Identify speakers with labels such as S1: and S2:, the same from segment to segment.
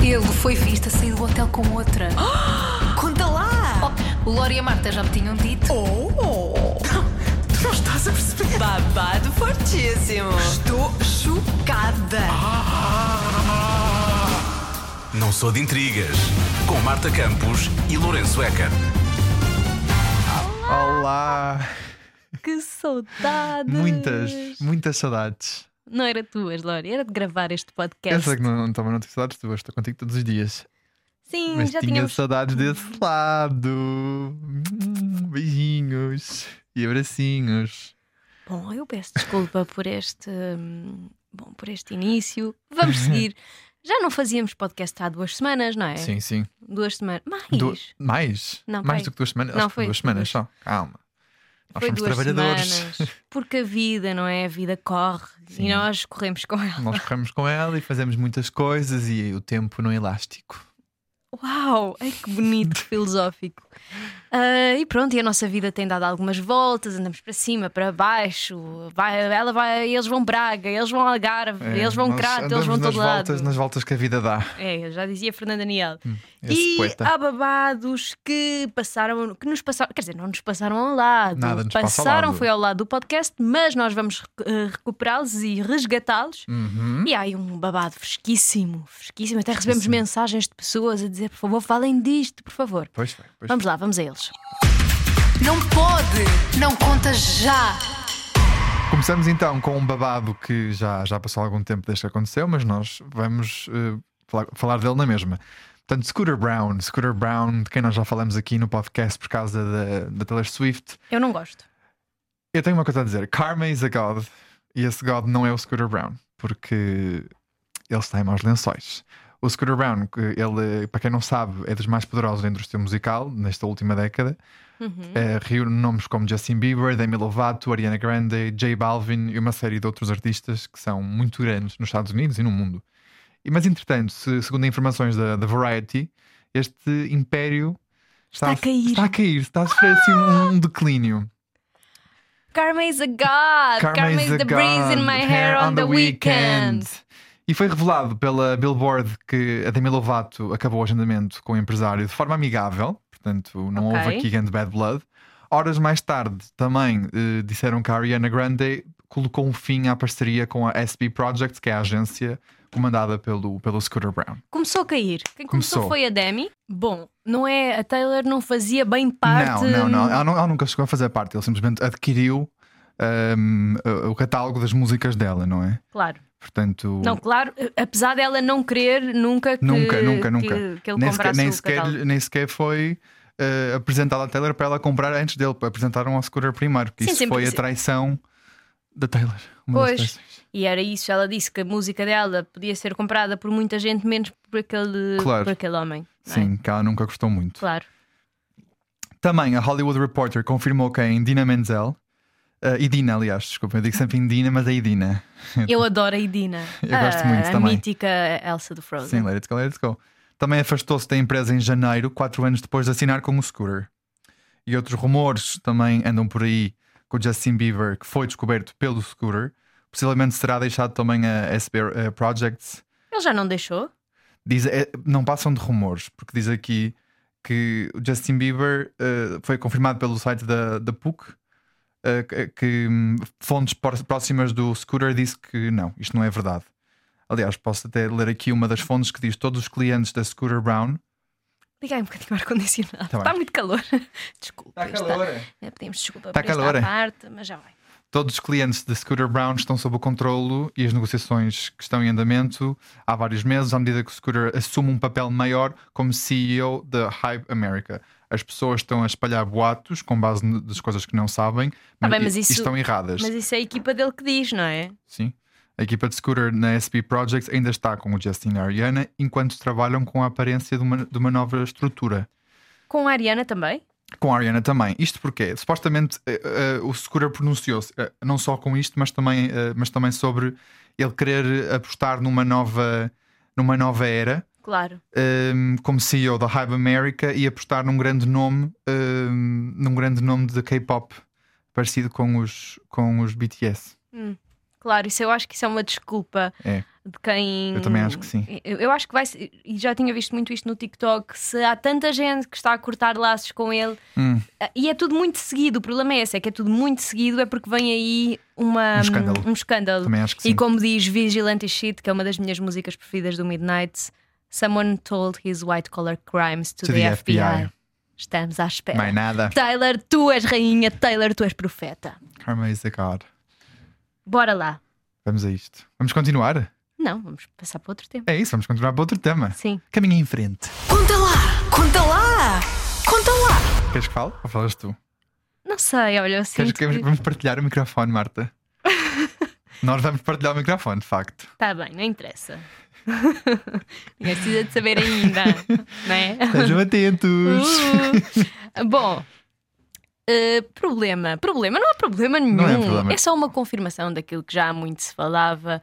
S1: Ele foi visto a sair do hotel com outra.
S2: Conta lá!
S1: Oh, o Lori e a Marta já me tinham dito.
S2: Oh!
S3: Tu não estás a perceber?
S2: Babado fortíssimo!
S3: Estou chocada.
S4: Não sou de intrigas. Com Marta Campos e Lourenço Eker.
S5: Olá!
S6: Que saudades!
S5: Muitas, muitas saudades.
S6: Não era tuas, Lori, era de gravar este
S5: Eu
S6: podcast.
S5: sei que não, não, também não tenho saudades tuas, estou contigo todos os dias.
S6: Sim,
S5: Mas
S6: já
S5: tinha
S6: tínhamos.
S5: saudades desse lado. Hum, Beijinhos e abracinhos.
S6: Bom, eu peço desculpa por este. hum, Bom, por este início. Vamos seguir. Já não fazíamos podcast há duas semanas, não é?
S5: Sim, sim.
S6: Duas semanas. Mais!
S5: Du- mais?
S6: Não,
S5: mais
S6: peraí.
S5: do que duas semanas?
S6: Não,
S5: Acho que
S6: foi
S5: duas semanas
S6: duas.
S5: só. Calma. Nós
S6: Foi
S5: somos
S6: duas
S5: trabalhadores.
S6: semanas. Porque a vida, não é? A vida corre
S5: Sim.
S6: e nós corremos com ela.
S5: Nós corremos com ela e fazemos muitas coisas e o tempo não é elástico.
S6: Uau! Ai, que bonito, que filosófico. Ah, e pronto, e a nossa vida tem dado algumas voltas, andamos para cima, para baixo, vai, ela vai, eles vão Braga, eles vão Algarve,
S5: É,
S6: eles vão
S5: nós
S6: Crato, eles
S5: andamos
S6: vão
S5: nas
S6: todo
S5: voltas,
S6: lado.
S5: Nas voltas que a vida dá.
S6: É, eu já dizia Fernando Daniel.
S5: Hum, Esse
S6: e
S5: poeta.
S6: há babados que passaram, que nos passaram, quer dizer, não nos passaram ao lado,
S5: Nada nos passa ao
S6: passaram,
S5: lado.
S6: foi ao lado do podcast, mas nós vamos recu- eh, recuperá-los e resgatá-los.
S5: Uhum.
S6: E há aí um babado fresquíssimo, fresquíssimo. Até recebemos
S5: Fresquíssimo.
S6: mensagens de pessoas a dizer, por favor, falem disto, por favor.
S5: Pois foi, pois
S6: Vamos lá, vamos a eles.
S1: Não pode! Não conta já!
S5: Começamos então com um babado que já, já passou algum tempo desde que aconteceu, mas nós vamos eh, falar, falar dele na mesma. Portanto, Scooter Brown, Scooter Brown, de quem nós já falamos aqui no podcast por causa da, da Taylor Swift.
S6: Eu não gosto.
S5: Eu tenho uma coisa a dizer: Karma is a God, e esse God não é o Scooter Brown, porque ele está em maus lençóis. O Scooter Brown, que ele, para quem não sabe, é dos mais poderosos da indústria musical nesta última década.
S6: Uhum.
S5: Eh, reúne nomes como Justin Bieber, Demi Lovato, Ariana Grande, J Balvin e uma série de outros artistas que são muito grandes nos Estados Unidos e no mundo. E, mas, entretanto, se- segundo informações da, da Variety, este império está,
S6: Está a
S5: f-
S6: cair.
S5: Está a cair, está a sofrer assim, um, um declínio.
S6: Karma is a god. Karma, is, the breeze in my hair on, the weekend.
S5: E foi revelado pela Billboard que a Demi Lovato acabou o agendamento com o empresário de forma amigável, portanto, não
S6: Ok.
S5: houve aqui grande bad blood. Horas mais tarde, também eh, disseram que a Ariana Grande colocou um fim à parceria com a SB Project, que é a agência comandada pelo, pelo Scooter Brown.
S6: Começou a cair. Quem começou.
S5: é- Começou.
S6: foi a Demi. Bom, não é? A Taylor não fazia bem parte. um.
S5: Não, não, não. Ela, nu- ela nunca chegou a fazer parte, ele simplesmente adquiriu ahm, o- o catálogo das músicas dela, não é?
S6: Claro.
S5: Portanto,
S6: Não, claro. Apesar dela não querer nunca que,
S5: Nunca, nunca,
S6: que-
S5: nunca.
S6: Que, ele
S5: nem, sequer,
S6: comprasse
S5: nem,
S6: o
S5: sequer,
S6: catálogo.
S5: nem sequer foi eh, apresentado à Taylor para ela comprar antes dele. Apresentaram ao Scooter primeiro, que
S6: Sim,
S5: isso
S6: sempre-
S5: foi a traição da Taylor. Uma das
S6: Pois.
S5: traições.
S6: E era isso. Ela disse que a música dela podia ser comprada por muita gente, menos por aquele,
S5: Claro.
S6: por aquele homem. não é?
S5: Sim, que ela nunca gostou muito.
S6: Claro.
S5: Também a Hollywood Reporter confirmou que é a Idina Menzel. eh, Idina, aliás, desculpa, eu digo sempre Indina, mas é Idina.
S6: Eu adoro a Idina.
S5: Eu gosto
S6: a,
S5: muito
S6: a
S5: também.
S6: mítica Elsa do Frozen.
S5: Sim, let it go, let it go. Também afastou-se da empresa em janeiro, quatro anos depois de assinar com o Scooter. E outros rumores também andam por aí que o Justin Bieber, que foi descoberto pelo Scooter, possivelmente será deixado também a SB eh, Projects.
S6: Ele já não deixou?
S5: Diz, eh, não passam de rumores, porque diz aqui que o Justin Bieber eh, foi confirmado pelo site da, da PUC. eh, que- que hum, fontes pró- próximas do Scooter disse que não, isto não é verdade. Aliás, posso até ler aqui uma das fontes que diz: todos os clientes da Scooter Brown.
S6: Liguei um bocadinho o ar-condicionado.
S5: Tá bem.
S6: está muito calor. Desculpa. isto Está é, Pedimos desculpa
S5: Tá
S6: por esta
S5: calor, é?
S6: parte, mas já vai.
S5: Todos os clientes da Scooter Brown estão sob o controlo e as negociações que estão em andamento há vários meses, à medida que o Scooter assume um papel maior como CEO da Hype America. As pessoas estão a espalhar boatos com base n- das coisas que não sabem
S6: Tá bem,
S5: e-
S6: mas
S5: e
S6: isso-
S5: estão erradas.
S6: Mas isso é a equipa dele que diz, não é?
S5: Sim. A equipa de Scooter na SP Projects ainda está com o Justin e a Ariana, enquanto trabalham com a aparência de uma, de uma nova estrutura.
S6: Com a Ariana também?
S5: Com a Ariana também. Isto porque, supostamente, eh, eh, o Scooter pronunciou-se eh, não só com isto, mas também, eh, mas também sobre ele querer apostar numa nova, numa nova era
S6: Claro.
S5: ehm, como CEO da Hype America e apostar num grande nome, ehm, num grande nome de K-pop, parecido com os, com os BTS.
S6: Claro, isso eu acho que isso é uma desculpa.
S5: É.
S6: de quem.
S5: Eu também acho que sim.
S6: Eu, eu acho que vai. ser- E já tinha visto muito isto no TikTok. Se há tanta gente que está a cortar laços com ele.
S5: Hum.
S6: Ah, E é tudo muito seguido. O problema é esse: é que é tudo muito seguido. É porque vem aí uma,
S5: Um escândalo.
S6: um escândalo.
S5: Também acho que
S6: E
S5: sim.
S6: como diz Vigilante Shit, que é uma das minhas músicas preferidas do Midnight, someone told his white collar crimes to,
S5: To
S6: the,
S5: the
S6: FBI.
S5: FBI.
S6: Estamos à espera.
S5: Mais nada.
S6: Taylor, tu és rainha, Taylor, tu és profeta.
S5: Karma is a God.
S6: Bora lá.
S5: Vamos a isto. Vamos continuar?
S6: Não, vamos passar para outro tempo.
S5: É isso, vamos continuar para outro tema.
S6: Sim.
S5: Caminha em frente.
S2: Conta lá, conta lá, conta lá.
S5: Queres que fale? Ou falas tu?
S6: Não sei, olha, eu
S5: Queres
S6: sinto
S5: que
S6: que.
S5: vamos partilhar o microfone, Marta? Nós vamos partilhar o microfone, de facto.
S6: Tá bem, não interessa. Ninguém precisa de saber ainda, não é?
S5: Estejam atentos.
S6: Uh. Bom, uh, problema. Problema, não há problema nenhum.
S5: Não é problema.
S6: É só uma confirmação daquilo que já há muito se falava.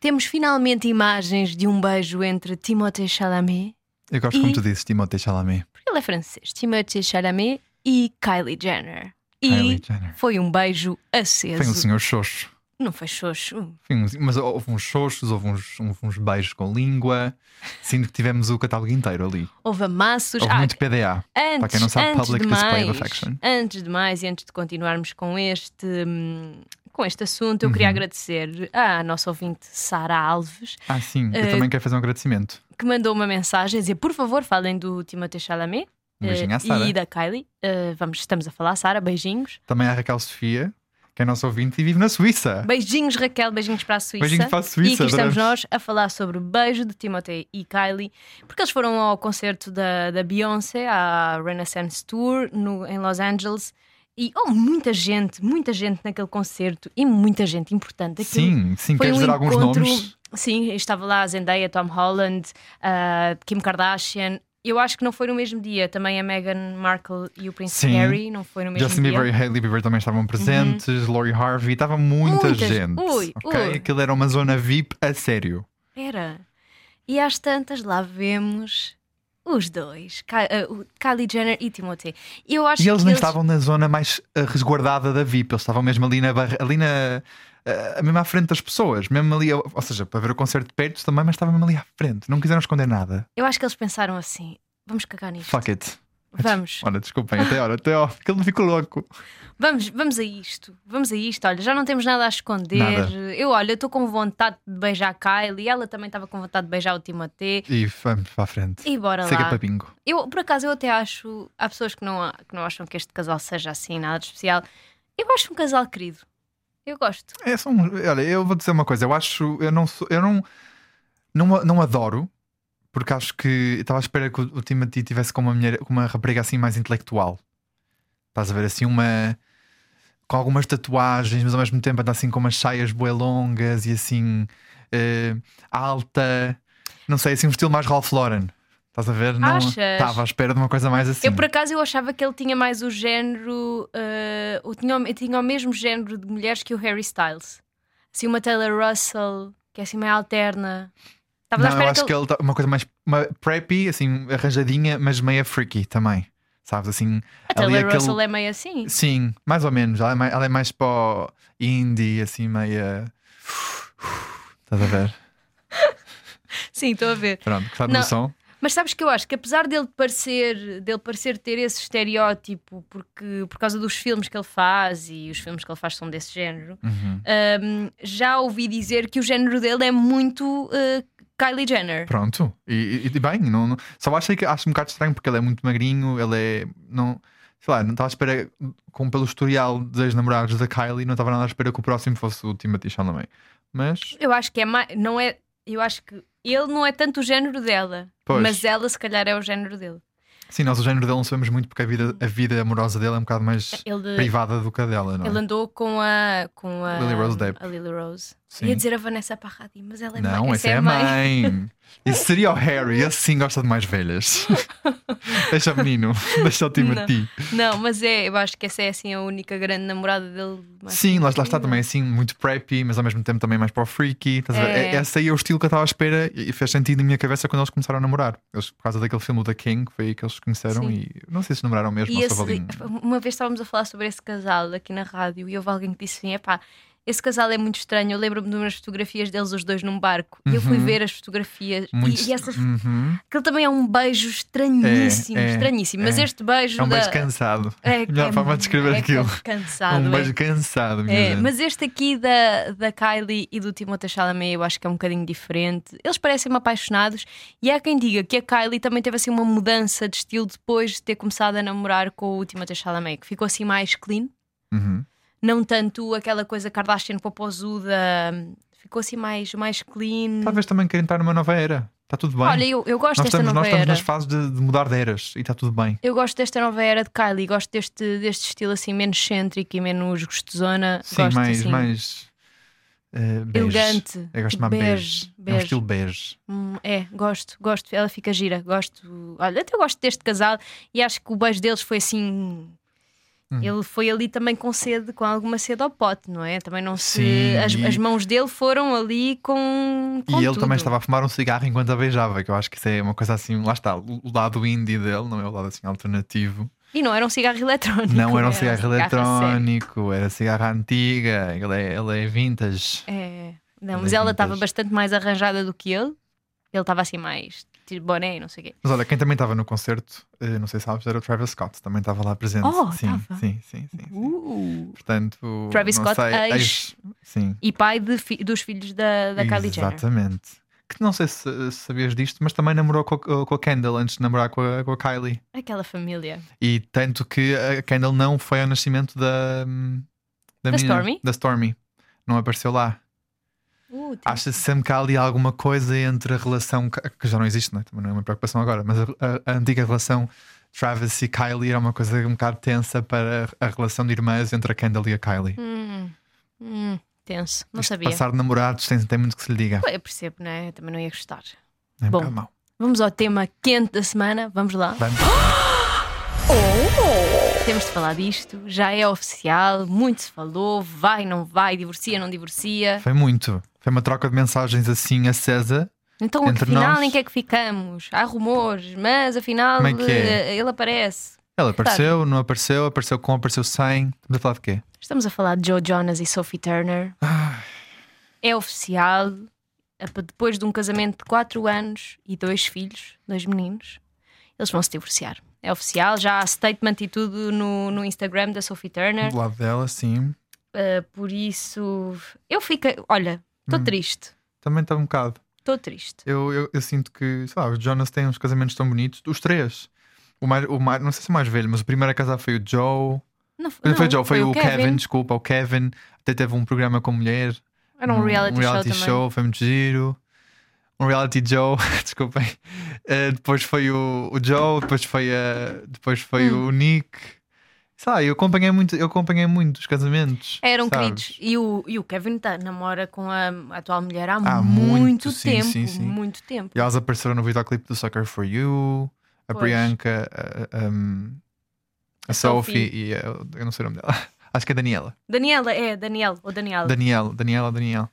S6: Temos finalmente imagens de um beijo entre Timothée Chalamet,
S5: Eu gosto como
S6: E-
S5: tu dizes, Timothée Chalamet.
S6: porque ele é francês, Timothée Chalamet e Kylie Jenner. E
S5: Kylie Jenner.
S6: foi um beijo aceso.
S5: Foi um senhor xoxo.
S6: Não foi xoxo.
S5: Foi um- Mas houve uns xoxos, houve uns, houve uns beijos com língua. Sinto que tivemos o catálogo inteiro ali.
S6: Houve amassos.
S5: Houve
S6: Ah,
S5: muito PDA.
S6: Antes,
S5: Para quem não sabe,
S6: antes
S5: Public
S6: de
S5: Display of
S6: mais,
S5: Affection.
S6: Antes de mais e antes de continuarmos com este, hum, com este assunto, eu
S5: Uhum.
S6: queria agradecer à nossa ouvinte Sara Alves,
S5: Ah, sim.
S6: Eh,
S5: Eu também quero fazer um agradecimento.
S6: que mandou uma mensagem a dizer: por favor, falem do Timothée Chalamet
S5: Um beijinho
S6: eh,
S5: à Sara.
S6: e da Kylie. Eh, vamos, estamos a falar, Sara, beijinhos.
S5: Também à Raquel Sofia, que é nosso ouvinte e vive na Suíça.
S6: Beijinhos, Raquel, beijinhos para a Suíça.
S5: Beijinho para a Suíça,
S6: E aqui
S5: adoramos.
S6: estamos nós a falar sobre o beijo de Timothée e Kylie, porque eles foram ao concerto da, da Beyoncé, à Renaissance Tour, no- em Los Angeles. E oh, muita gente, muita gente naquele concerto e muita gente importante. Aquilo
S5: Sim, sim,
S6: foi
S5: queres
S6: um
S5: dizer
S6: encontro,
S5: alguns nomes?
S6: Sim, estava lá a Zendaya, Tom Holland, ah, Kim Kardashian. Eu acho que não foi no mesmo dia. Também a Meghan Markle e o Prince
S5: Sim.
S6: Harry não foi no mesmo
S5: Justin
S6: dia. Uhum.
S5: Bieber e Hailey Bieber também estavam presentes, Lori Harvey, estava muita
S6: Muitas.
S5: gente.
S6: Ui,
S5: ok?
S6: ui.
S5: Aquilo era uma zona VIP a sério.
S6: Era. E às tantas lá vemos os dois, Ka- eh, o Kylie Jenner e Timothée. Eu acho
S5: E eles
S6: que
S5: nem
S6: eles...
S5: estavam na zona mais eh, resguardada da VIP, eles estavam mesmo ali na barra, ali na eh, mesmo à frente das pessoas, mesmo ali, ao- ou seja, para ver o concerto de perto também, mas estavam mesmo ali à frente, não quiseram esconder nada.
S6: Eu acho que eles pensaram assim: vamos cagar nisto.
S5: Fuck it.
S6: Vamos,
S5: Olha, desculpem, até hora, até ó, porque ele ficou louco.
S6: vamos, vamos a isto. Vamos a isto. Olha, já não temos nada a esconder.
S5: Nada.
S6: Eu, olha, eu estou com vontade de beijar a Kylie. Ela também estava com vontade de beijar o Timothée.
S5: E vamos para a frente.
S6: E bora
S5: Siga
S6: lá.
S5: é para bingo.
S6: Eu, por acaso, eu até acho. Há pessoas que não, que não acham que este casal seja assim, nada de especial. Eu acho um casal querido. Eu gosto.
S5: É, são, olha, eu vou dizer uma coisa, eu acho, eu não sou, eu não, não, a- não adoro, porque acho que estava à espera que o, o Timothy tivesse com uma mulher, com uma rapariga assim mais intelectual. Estás a ver assim uma com algumas tatuagens, mas ao mesmo tempo anda assim com umas saias bué longas e assim eh, alta, não sei, assim um estilo mais Ralph Lauren. Estás a ver? Não
S6: Achas?
S5: estava à espera de uma coisa mais assim.
S6: Eu por acaso eu achava que ele tinha mais o género, eh, o- tinha, o- tinha o mesmo género de mulheres que o Harry Styles. Assim, uma Taylor Russell, que é assim meio alterna. Estava à
S5: Não, eu
S6: espera
S5: acho que
S6: ele...
S5: ele tá uma coisa mais uma preppy, assim, arranjadinha, mas meia freaky também. Sabes? Assim,
S6: A Taylor Russell é meio assim.
S5: Sim, mais ou menos. Ela é mais, ela é mais para o indie, assim, meia. Estás a ver?
S6: Sim, estou a ver.
S5: Pronto, que sabe
S6: Não.
S5: do som?
S6: Mas sabes que eu acho que apesar dele parecer, dele parecer ter esse estereótipo porque, por causa dos filmes que ele faz e os filmes que ele faz são desse género,
S5: Uhum.
S6: ehm, já ouvi dizer que o género dele é muito eh, Kylie Jenner.
S5: Pronto, e, e- e bem, não, não- só acho que acho um bocado estranho porque ele é muito magrinho, ele é. Não, sei lá, não estava à espera, como pelo historial dos ex-namorados da Kylie, não estava nada à espera que o próximo fosse o Timothy Chalamet. Mas
S6: Eu acho que é mais. Não é, eu acho que ele não é tanto o género dela,
S5: Pois.
S6: mas ela se calhar é o género dele.
S5: sim, nós o género dele não sabemos muito porque a vida, a vida amorosa dele é um bocado mais
S6: Ele,
S5: privada do que a dela, não é?
S6: ele andou com a. Com a
S5: Lily Rose Depp.
S6: A Lily Rose.
S5: Sim.
S6: Ia dizer a Vanessa Paradis, mas ela é mãe.
S5: Não, essa é, a
S6: mãe.
S5: mãe. Isso seria o Harry, esse sim gosta de mais velhas. deixa o menino, deixa o Timothy.
S6: Não, mas é, eu acho que essa é assim a única grande namorada dele. mais
S5: Sim, lá, lá está também assim, muito preppy, mas ao mesmo tempo também mais para o freaky. Estás a ver?
S6: É.
S5: É- Esse aí é o estilo que eu estava à espera e e fez sentido na minha cabeça quando eles começaram a namorar. Eles, por causa daquele filme da King, que foi aí que eles se conheceram
S6: Sim.
S5: e não sei se namoraram mesmo ou
S6: E
S5: só
S6: esse-
S5: valinho.
S6: uma vez estávamos a falar sobre esse casal aqui na rádio e houve alguém que disse assim: é pá, Esse casal é muito estranho. Eu lembro-me de umas fotografias deles, os dois num barco. E eu fui ver as fotografias. E-
S5: Uhum. Muito
S6: e, essas-
S5: Uhum.
S6: Aquele também é um beijo estranhíssimo,
S5: É, é,
S6: estranhíssimo. Mas
S5: é.
S6: este beijo.
S5: É um beijo
S6: da-
S5: cansado.
S6: É,
S5: Melhor
S6: é-
S5: forma de descrever
S6: é
S5: aquilo.
S6: Cansado.
S5: um
S6: é.
S5: beijo cansado, minha
S6: É,
S5: gente.
S6: mas este aqui da, da Kylie e do Timothée Chalamet eu acho que é um bocadinho diferente. Eles parecem-me apaixonados e há quem diga que a Kylie também teve assim uma mudança de estilo depois de ter começado a namorar com o Timothée Chalamet, que ficou assim mais clean,
S5: Uhum.
S6: não tanto aquela coisa Kardashian popozuda, ficou assim mais, mais clean.
S5: Talvez também queira entrar numa nova era. Está tudo bem.
S6: Olha, eu, eu gosto
S5: Tá nós
S6: desta
S5: estamos, nós
S6: nova
S5: estamos
S6: era.
S5: nas fases de, de mudar de eras e está tudo bem.
S6: Eu gosto desta nova era de Kylie, gosto deste, deste estilo assim menos cêntrico e menos gostosona.
S5: Sim,
S6: gosto
S5: mais.
S6: assim,
S5: mais eh, bege.
S6: elegante. tipo
S5: Eu gosto de uma
S6: bege,
S5: bege. É um
S6: bege.
S5: estilo bege.
S6: Hum, é, gosto, gosto. Ela fica gira, gosto. Olha, até eu gosto deste casal e acho que o beijo deles foi assim.
S5: Hum.
S6: Ele foi ali também com sede, com alguma sede ao pote, não é? Também não se.
S5: Sim,
S6: as,
S5: e-
S6: as mãos dele foram ali com.
S5: E
S6: com
S5: ele
S6: tudo.
S5: também estava a fumar um cigarro enquanto a beijava, que eu acho que isso é uma coisa assim, lá está, o lado indie dele, não é o lado assim alternativo.
S6: E não era um cigarro eletrónico.
S5: Não era um
S6: a
S5: cigarro
S6: a sério.
S5: eletrónico, era cigarra antiga, ele é, ele é vintage.
S6: É, não,
S5: Ele
S6: mas
S5: é vintage.
S6: ela estava bastante mais arranjada do que ele. Ele estava assim mais. Tipo boné e não sei o quê.
S5: Mas olha, quem também estava no concerto, eh, não sei se sabes, era o Travis Scott, também estava lá presente.
S6: Oh,
S5: sim,
S6: estava.
S5: sim, sim, sim, sim. Uh! Portanto,
S6: Travis
S5: não
S6: Scott,
S5: sei,
S6: ex-
S5: Sim.
S6: E pai de fi- dos filhos da, da Kylie Jenner.
S5: Exatamente. Que não sei se, se sabias disto, mas também namorou com, a- com a Kendall antes de namorar com a, com a Kylie.
S6: Aquela família.
S5: E tanto que a Kendall não foi ao nascimento da. hum,
S6: Da
S5: menina,
S6: Stormy?
S5: Da Stormy. Não apareceu lá.
S6: Uh, tem-
S5: Acha-se sempre que há ali alguma coisa entre a relação. que que já não existe, né? também não é uma preocupação agora, mas a, a- a antiga relação Travis e Kylie era uma coisa um bocado tensa para a relação de irmãs entre a Kendall e a Kylie.
S6: Hum, hum, tenso, não
S5: Isto de
S6: sabia.
S5: Passar de namorados tem, tem muito que se lhe diga.
S6: Pô, Eu percebo, né? Eu Também não ia gostar.
S5: É um
S6: Bom.
S5: bocado mau.
S6: Vamos ao tema quente da semana, vamos lá.
S5: Vamos.
S6: Temos de falar disto, já é oficial, muito se falou, vai, não vai, divorcia, não divorcia.
S5: Foi muito. Foi uma troca de mensagens assim acesa.
S6: Então,
S5: Entre
S6: afinal,
S5: nós-
S6: em que é que ficamos? Há rumores, mas afinal
S5: Como é que é?
S6: eh, ele aparece.
S5: Ela apareceu, não apareceu, apareceu com, apareceu sem. Estamos a falar de quê?
S6: Estamos a falar de Joe Jonas e Sophie Turner. É oficial, ap- depois de um casamento de 4 anos e dois filhos, dois meninos, eles vão se divorciar. É oficial, já há statement e tudo no, no Instagram da Sophie Turner.
S5: Do lado dela, sim.
S6: Uh, por isso, eu fico. Olha,
S5: Hum.
S6: estou triste.
S5: Também está um bocado.
S6: Estou triste.
S5: Eu, eu, eu sinto que, sei lá, os Jonas têm uns casamentos tão bonitos. Os três. O mais, o mais, não sei se é o mais velho, mas o primeiro a casar foi o Joe.
S6: Não,
S5: Não, foi o
S6: não,
S5: Joe, foi, o Kevin. desculpa, o Kevin. Até teve um programa com mulher.
S6: Era um
S5: num-
S6: reality,
S5: reality
S6: show,
S5: foi muito giro. Um reality Joe, desculpem. Eh, depois foi o, o Joe, depois foi, a, depois foi
S6: Hum.
S5: o Nick. Sabe, eu acompanhei muito, eu acompanhei muito os casamentos.
S6: também. Eram
S5: sabes?
S6: queridos. E o, e o Kevin tá, namora com a atual mulher há,
S5: Há
S6: muito,
S5: muito, sim,
S6: tempo.
S5: sim, sim.
S6: Muito tempo.
S5: E elas apareceram no videoclipe do Sucker for You, a
S6: Pois.
S5: Priyanka, a, a- um, a
S6: A
S5: Sophie,
S6: Sophie.
S5: e a, eu não sei o nome dela. Acho que é Daniela.
S6: Daniela, é, Daniel, ou Daniela.
S5: Daniel, Daniela, Daniel.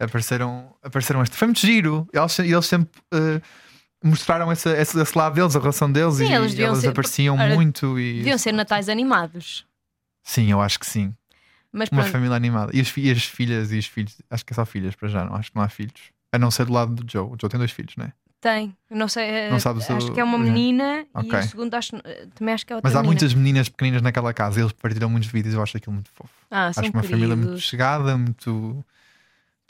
S5: Apareceram, apareceram este. Foi muito giro. E Eles, e eles sempre eh, mostraram esse, esse, esse lado deles, a relação deles,
S6: Sim,
S5: e
S6: eles
S5: eles,
S6: deviam ser-
S5: apareciam
S6: Ora,
S5: muito. E...
S6: Deviam ser natais animados.
S5: Sim, eu acho que sim.
S6: Mas
S5: Uma
S6: pronto,
S5: família animada. E as, fi- e as filhas e os filhos, acho que é só filhas para já, não acho que não há filhos. A não ser do lado do Joe. O Joe tem dois filhos, né?
S6: tem. Eu Não sei.
S5: Não
S6: eh,
S5: sabes
S6: acho
S5: o-
S6: que é uma
S5: o
S6: menina e
S5: Ok.
S6: o segundo acho, eh, também acho que é outra
S5: Mas há
S6: menina.
S5: muitas meninas pequeninas naquela casa. e Eles partilham muitos vídeos. Eu acho aquilo muito fofo.
S6: Ah, são
S5: acho uma família muito
S6: queridos.
S5: chegada, muito, muito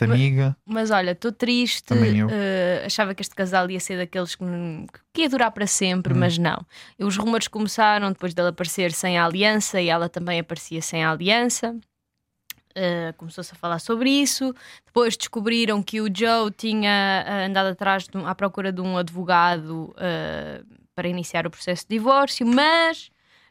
S5: amiga.
S6: Mas olha, estou triste.
S5: Também eu.
S6: eh, achava que este casal ia ser daqueles que, n- que ia durar para
S5: Hum.
S6: sempre, mas não. E os rumores começaram depois dele aparecer sem a aliança e ela também aparecia sem a aliança. Eh, Começou-se a falar sobre isso. Depois descobriram que o Joe tinha eh, andado atrás de um- à procura de um advogado eh, para iniciar o processo de divórcio, mas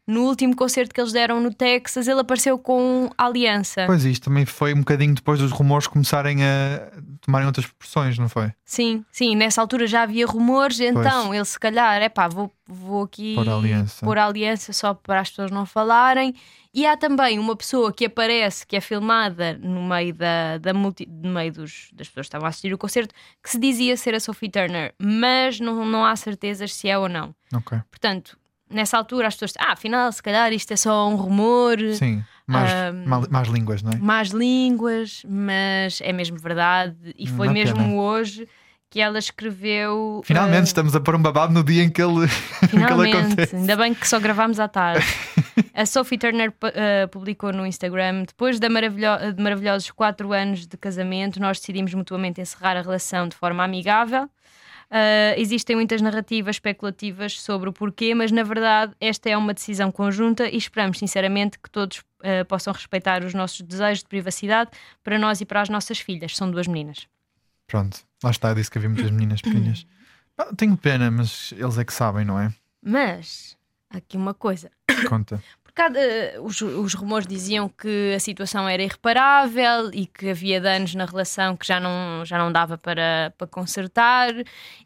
S6: no último concerto que eles deram no Texas, ele apareceu com a aliança.
S5: Pois isto também foi um bocadinho depois dos rumores começarem a tomarem outras proporções, não foi?
S6: Sim, sim, nessa altura já havia rumores, então
S5: Pois.
S6: ele se calhar, é pá, vou, vou aqui
S5: Pôr a aliança.
S6: pôr a aliança só para as pessoas não falarem. E há também uma pessoa que aparece, que é filmada no meio, da, da multi- no meio dos, das pessoas que estavam a assistir o concerto, que se dizia ser a Sophie Turner, mas não, não há certezas se é ou não.
S5: Ok.
S6: Portanto, nessa altura as pessoas, ah, afinal, se calhar isto é só um rumor.
S5: Sim. Mais,
S6: Ahm.
S5: mal- mais línguas, não é?
S6: más línguas, mas é mesmo verdade. E foi
S5: Uma
S6: mesmo
S5: pena.
S6: hoje que ela escreveu.
S5: Finalmente
S6: eh,
S5: estamos a pôr um babado no dia em que ele, em que ele
S6: Finalmente,
S5: acontece.
S6: ainda bem que só gravámos à tarde. A Sophie Turner pu- eh, publicou no Instagram: depois da maravilho- de maravilhosos quatro anos de casamento, nós decidimos mutuamente encerrar a relação de forma amigável. Eh, existem muitas narrativas especulativas sobre o porquê, mas na verdade esta é uma decisão conjunta e esperamos sinceramente que todos eh, possam respeitar os nossos desejos de privacidade para nós e para as nossas filhas. São duas meninas.
S5: Pronto, lá está, eu disse que havia muitas meninas pequenas. Ah, Tenho pena, mas eles é que sabem, não é?
S6: Mas há aqui uma coisa.
S5: Conta.
S6: Por cada- os, os rumores diziam que a situação era irreparável e que havia danos na relação que já não, já não dava para, para consertar.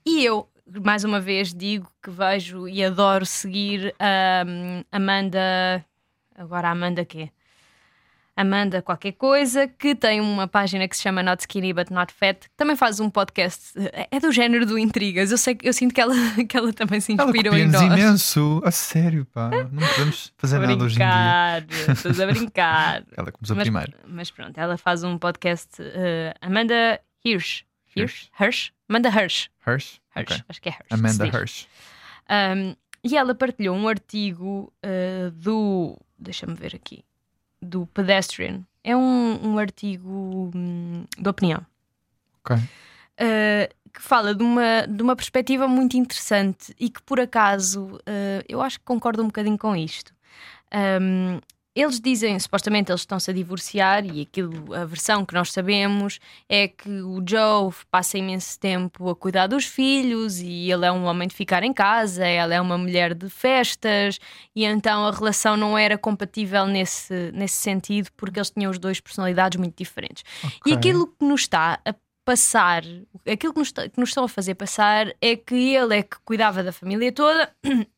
S6: E eu, mais uma vez, digo que vejo e adoro seguir a Amanda. Agora, a Amanda quê? Amanda qualquer coisa, que tem uma página que se chama Not Skinny But Not Fat, que também faz um podcast, eh, é do género do Intrigas. Eu, sei, que- eu sinto que ela, que ela também se
S5: Ela
S6: inspirou em
S5: copia-nos
S6: nós.
S5: imenso. A sério, pá. Não podemos fazer nada hoje em dia.
S6: brincar, estás a brincar.
S5: Ela começou
S6: mas,
S5: primeiro.
S6: mas pronto, ela faz um podcast eh, Amanda Hirsch. Hirsch? Hirsch? Amanda Hirsch.
S5: Hirsch?
S6: Hirsch.
S5: Ok.
S6: Acho que é Hirsch. que se
S5: Amanda
S6: diz.
S5: Hirsch.
S6: Um, e ela partilhou um artigo eh, do. Deixa-me ver aqui. Do Pedestrian. É um, um artigo hum, de opinião.
S5: Ok.
S6: Uh, que fala de uma, de uma perspectiva muito interessante e que, por acaso, uh, eu acho que concordo um bocadinho com isto. Um, eles dizem, supostamente, eles estão-se a divorciar e aquilo, a versão que nós sabemos é que o Joe passa imenso tempo a cuidar dos filhos e ele é um homem de ficar em casa, ela é uma mulher de festas e então a relação não era compatível nesse, nesse sentido porque eles tinham os dois personalidades muito diferentes.
S5: Ok.
S6: E aquilo que nos está a passar, aquilo que nos, está- que nos estão a fazer passar é que ele é que cuidava da família toda,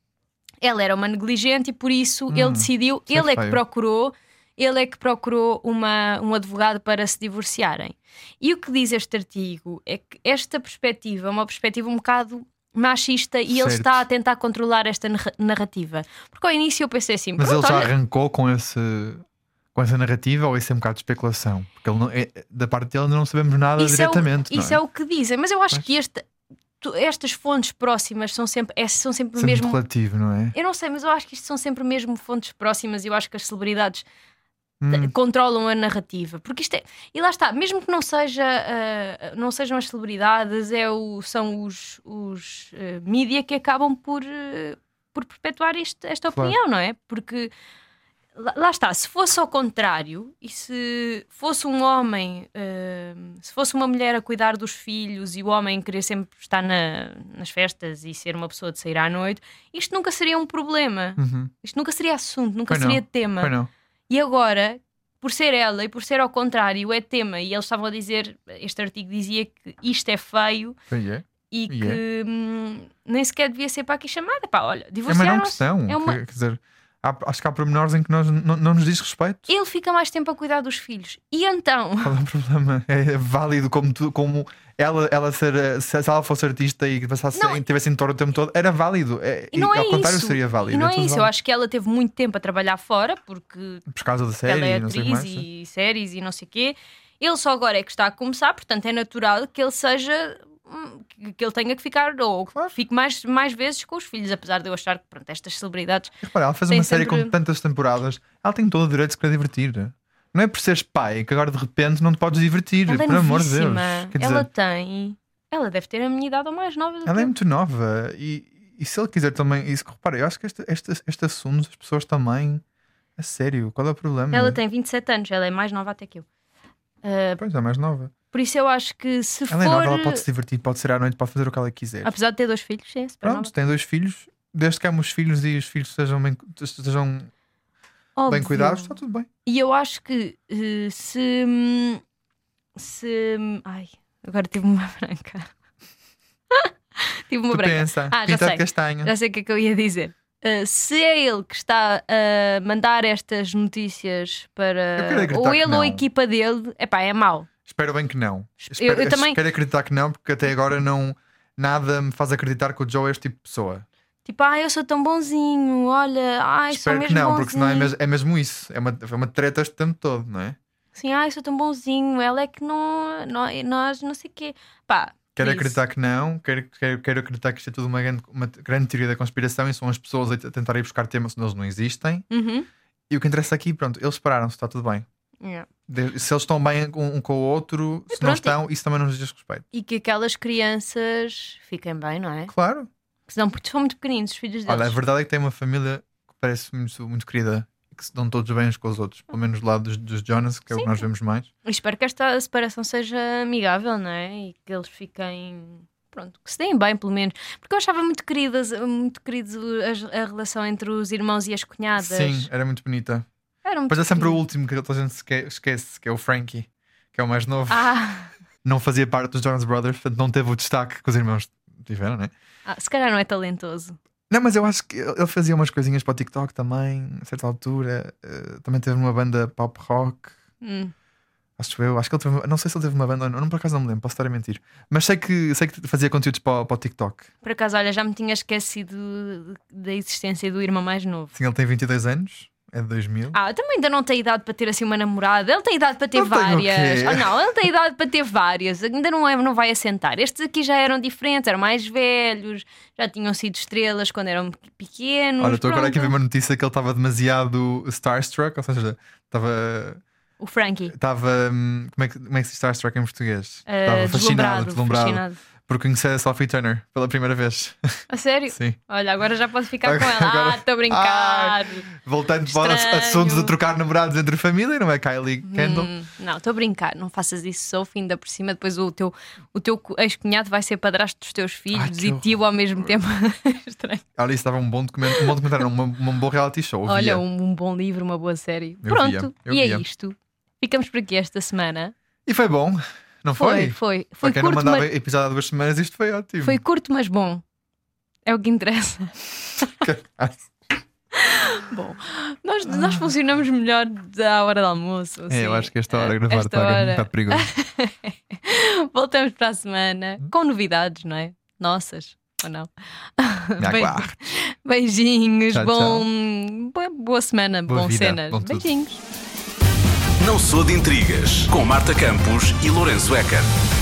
S6: ela era uma negligente e por isso ele decidiu,
S5: isso é
S6: ele é que
S5: feio.
S6: procurou, ele é que procurou uma, um advogado para se divorciarem. E o que diz este artigo é que esta perspectiva é uma perspectiva um bocado machista e ele
S5: Certo.
S6: está a tentar controlar esta narra- narrativa. Porque ao início eu pensei assim,
S5: Mas ele
S6: "Pronto,
S5: já
S6: olha,
S5: arrancou com esse. Com essa narrativa ou isso é um bocado de especulação? Porque ele não- é- da parte dele ainda não sabemos nada
S6: Isso é o-
S5: diretamente. não
S6: Isso é o que dizem, mas eu acho que este- tu- estas fontes próximas são sempre, é- são sempre
S5: Isso é
S6: mesmo.
S5: muito relativo, não é?
S6: Eu não sei, mas eu acho que isto são sempre mesmo fontes próximas e eu acho que as celebridades
S5: Hum.
S6: eh, controlam a narrativa. Porque isto é. E lá está, mesmo que não, seja, ah, não sejam as celebridades, é o- são os, os eh, mídia que acabam por, eh, por perpetuar isto- esta
S5: Claro.
S6: opinião, não é? Porque lá, lá está, se fosse ao contrário e se fosse um homem, eh, se fosse uma mulher a cuidar dos filhos e o homem querer sempre estar na- nas festas e ser uma pessoa de sair à noite, isto nunca seria um problema.
S5: Uhum.
S6: Isto nunca seria assunto, nunca
S5: Pois não,
S6: seria tema.
S5: Pois não.
S6: E agora, por ser ela e por ser ao contrário, é tema. E eles estavam a dizer, este artigo dizia que isto é feio
S5: Pois é.
S6: e
S5: E
S6: que hum, nem sequer devia ser para aqui chamada. Pá,
S5: É
S6: olha,
S5: uma não
S6: divorciaram-se.
S5: questão.
S6: É uma-
S5: Quer dizer, há- acho que há pormenores em que nós não, não nos diz respeito.
S6: Ele fica mais tempo a cuidar dos filhos. E então,
S5: Qual é o problema? É válido como, tu- como ela, ela ser, eh, se se ela fosse artista e passasse,
S6: Não.
S5: e tivesse em torno o tempo todo, era válido. É,
S6: e não é
S5: ao contrário,
S6: isso.
S5: seria válido.
S6: E não é
S5: tudo
S6: isso. Eu
S5: válido.
S6: acho que ela teve muito tempo a trabalhar fora, porque
S5: Por causa da
S6: ela
S5: série,
S6: é
S5: e não sei o que
S6: atriz
S5: mais. né?
S6: e séries e não sei o quê. Ele só agora é que está a começar, portanto é natural que ele seja hum, que- que ele tenha que ficar ou que fique mais, mais vezes com os filhos, apesar de eu achar que pronto, estas celebridades
S5: E Repara, ela fez
S6: Tem
S5: uma série
S6: sempre-
S5: com tantas temporadas, ela tem todo o direito de se querer divertir. Não é por seres pai que agora de repente não te podes divertir,
S6: ela é
S5: por amor de Deus.
S6: novíssima.
S5: Quer dizer,
S6: ela tem, ela deve ter a minha idade ou mais nova do que
S5: Ela é
S6: eu.
S5: muito nova e, e se ele quiser também. Isso, que repara, eu acho que este, este, este assunto as pessoas também. A sério, qual é o problema?
S6: Ela tem 27 anos, ela é mais nova até que eu. Ah,
S5: Pois é, mais nova.
S6: por isso eu acho que se
S5: Ela é
S6: for, Ah,
S5: nova, ela pode se divertir, pode ser à noite, pode fazer o que ela quiser.
S6: apesar de ter dois filhos, sim, é super
S5: Pronto, tem dois filhos. Desde que ambos os filhos e os filhos sejam bem, sejam
S6: nova.
S5: bem
S6: Óbvio.
S5: cuidados, está tudo bem.
S6: E eu acho que eh, se. Se. Ai, agora tive uma branca. tive uma
S5: tu
S6: branca.
S5: pensa,
S6: Ah, já
S5: pinta
S6: sei.
S5: de castanho.
S6: Já sei o que é que eu ia dizer. Eh, se é ele que está a mandar estas notícias
S5: Eu quero
S6: para.
S5: acreditar
S6: Ou
S5: que
S6: ele ou
S5: não.
S6: a equipa dele, epá, é mau.
S5: Espero bem que não.
S6: Eu- eu
S5: Espero,
S6: também-
S5: espero acreditar que não, porque até agora não nada me faz acreditar que o Joe é este tipo de pessoa.
S6: Tipo, ah, eu sou tão bonzinho, olha, ai, sou
S5: Espero que
S6: mesmo né?
S5: não,
S6: bonzinho.
S5: porque senão é mesmo, é mesmo isso. É uma, é uma treta este tempo todo, não é?
S6: Sim, ai, sou tão bonzinho, ela é que não, nó- nós não sei o quê. Pá,
S5: Quero
S6: É isso.
S5: acreditar que não, quero, quero, quero acreditar que isto é tudo uma grande, uma grande teoria da conspiração e são as pessoas a t- tentarem buscar temas onde eles não existem.
S6: Uhum.
S5: E o que interessa aqui, pronto, eles separaram-se, está tudo bem.
S6: Yeah.
S5: De- Se eles estão bem um, um com o outro, se não
S6: pronto,
S5: estão, isso também não nos diz respeito.
S6: E que aquelas crianças fiquem bem, não é?
S5: Claro.
S6: Porque senão, porque são muito pequeninos, os filhos deles.
S5: Olha, a verdade é que tem uma família que parece muito, muito querida, que se dão todos bem uns com os outros, pelo menos do lado dos, dos Jonas, que é o que nós vemos mais.
S6: E Espero que esta separação seja amigável, não é? E que eles fiquem. Pronto, que se deem bem, pelo menos. Porque eu achava muito queridas, muito queridos as- a, relação entre os irmãos e as cunhadas.
S5: Sim, era muito bonita.
S6: Era Ah, muito
S5: Mas é sempre o
S6: querido.
S5: último que toda a gente se esque- esquece, que é o Frankie, que é o mais novo.
S6: Ah,
S5: Não fazia parte dos Jonas Brothers, portanto não teve o destaque que os irmãos tiveram, né?
S6: ah, se calhar não é talentoso.
S5: Não, mas eu acho que ele ele fazia umas coisinhas para o TikTok também, a certa altura. eh, também teve uma banda pop rock.
S6: Hum.
S5: Acho eu, acho que ele teve, não sei se ele teve uma banda ou não, não, por acaso não me lembro, posso estar a mentir. Mas sei que, sei que fazia conteúdos para, o- para o TikTok.
S6: Por acaso, olha, já me tinha esquecido da existência do irmão mais novo.
S5: Sim, ele tem 22 anos, é de 2000.
S6: Ah, também ainda não tem idade para ter assim uma namorada. Ele tem idade para ter
S5: Não tem o
S6: várias.
S5: quê?
S6: Oh, não, ele tem idade para ter várias. Ainda não, é, não vai assentar. Estes aqui já eram diferentes, eram mais velhos, já tinham sido estrelas quando eram pequenos.
S5: Olha, estou agora aqui a ver
S6: Pronto.
S5: uma notícia que ele estava demasiado starstruck, ou seja, estava.
S6: O Frankie.
S5: estava hum, como, é que, como é que se diz starstruck em português?
S6: eh,
S5: Estava
S6: deslumbrado,
S5: fascinado, deslumbrado
S6: fascinado.
S5: por conhecer a Sophie Turner pela primeira vez.
S6: A sério?
S5: Sim.
S6: Olha, agora já posso ficar com
S5: Agora-
S6: ela.
S5: agora-
S6: Ah, estou a brincar.
S5: Voltando para os
S6: Estranho.
S5: assuntos de trocar namorados entre família, não é Kylie Kendall?
S6: Hum, não, estou a brincar, não faças isso, Sophie, ainda por cima. Depois o teu, o teu cu- ex-cunhado vai ser padrasto dos teus
S5: Ai,
S6: filhos
S5: que
S6: e tio ao mesmo tempo. É Estranho.
S5: Olha, isso estava um bom documento, um bom documentário, não, uma, uma boa reality show. eu
S6: Olha,
S5: via.
S6: um, um bom livro, uma boa série.
S5: Eu
S6: Pronto,
S5: via, eu
S6: e
S5: via.
S6: é isto. Ficamos por aqui esta semana.
S5: E foi bom, não foi?
S6: foi.
S5: Para
S6: Foi,
S5: quem não
S6: curto,
S5: mandava
S6: mas,
S5: episódio há duas semanas, isto foi ótimo.
S6: foi curto, mas bom. É o que interessa. bom, nós, nós funcionamos melhor à hora do almoço.
S5: Ah. É, eu
S6: assim.
S5: acho que esta hora a gravar
S6: Esta
S5: está a
S6: hora.
S5: um bocado perigoso.
S6: Voltamos para a semana
S5: Hum?
S6: com novidades, não é? Nossas, ou não?
S5: Me
S6: Bem-
S5: aguarde.
S6: Beijinhos,
S5: Tchau,
S6: bom, boa- boa semana,
S5: Boa
S6: bom
S5: vida,
S6: cenas.
S5: bom tudo.
S6: Beijinhos.
S4: Não sou de intrigas com Marta Campos e Lourenço Eker.